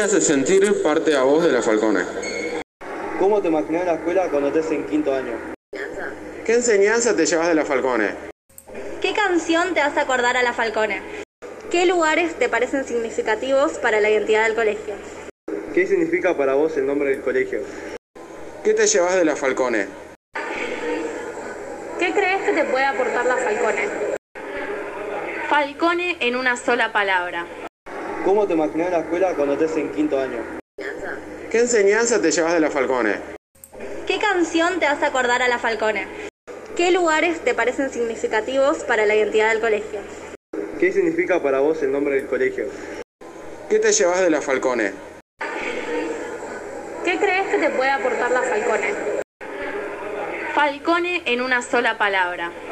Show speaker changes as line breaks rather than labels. hace sentir parte a vos de la Falcone?
¿Cómo te imaginas la escuela cuando estés en quinto año?
¿Qué enseñanza te llevas de la Falcone?
¿Qué canción te hace acordar a la Falcone? ¿Qué lugares te parecen significativos para la identidad del colegio?
¿Qué significa para vos el nombre del colegio?
¿Qué te llevas de la Falcone?
¿Qué crees que te puede aportar la Falcone? Falcone en una sola palabra.
¿Cómo te imaginas la escuela cuando estés en quinto año?
¿Qué enseñanza te llevas de la Falcone?
¿Qué canción te hace acordar a la Falcone? ¿Qué lugares te parecen significativos para la identidad del colegio?
¿Qué significa para vos el nombre del colegio?
¿Qué te llevas de la Falcone?
¿Qué crees que te puede aportar la Falcone? Falcone en una sola palabra.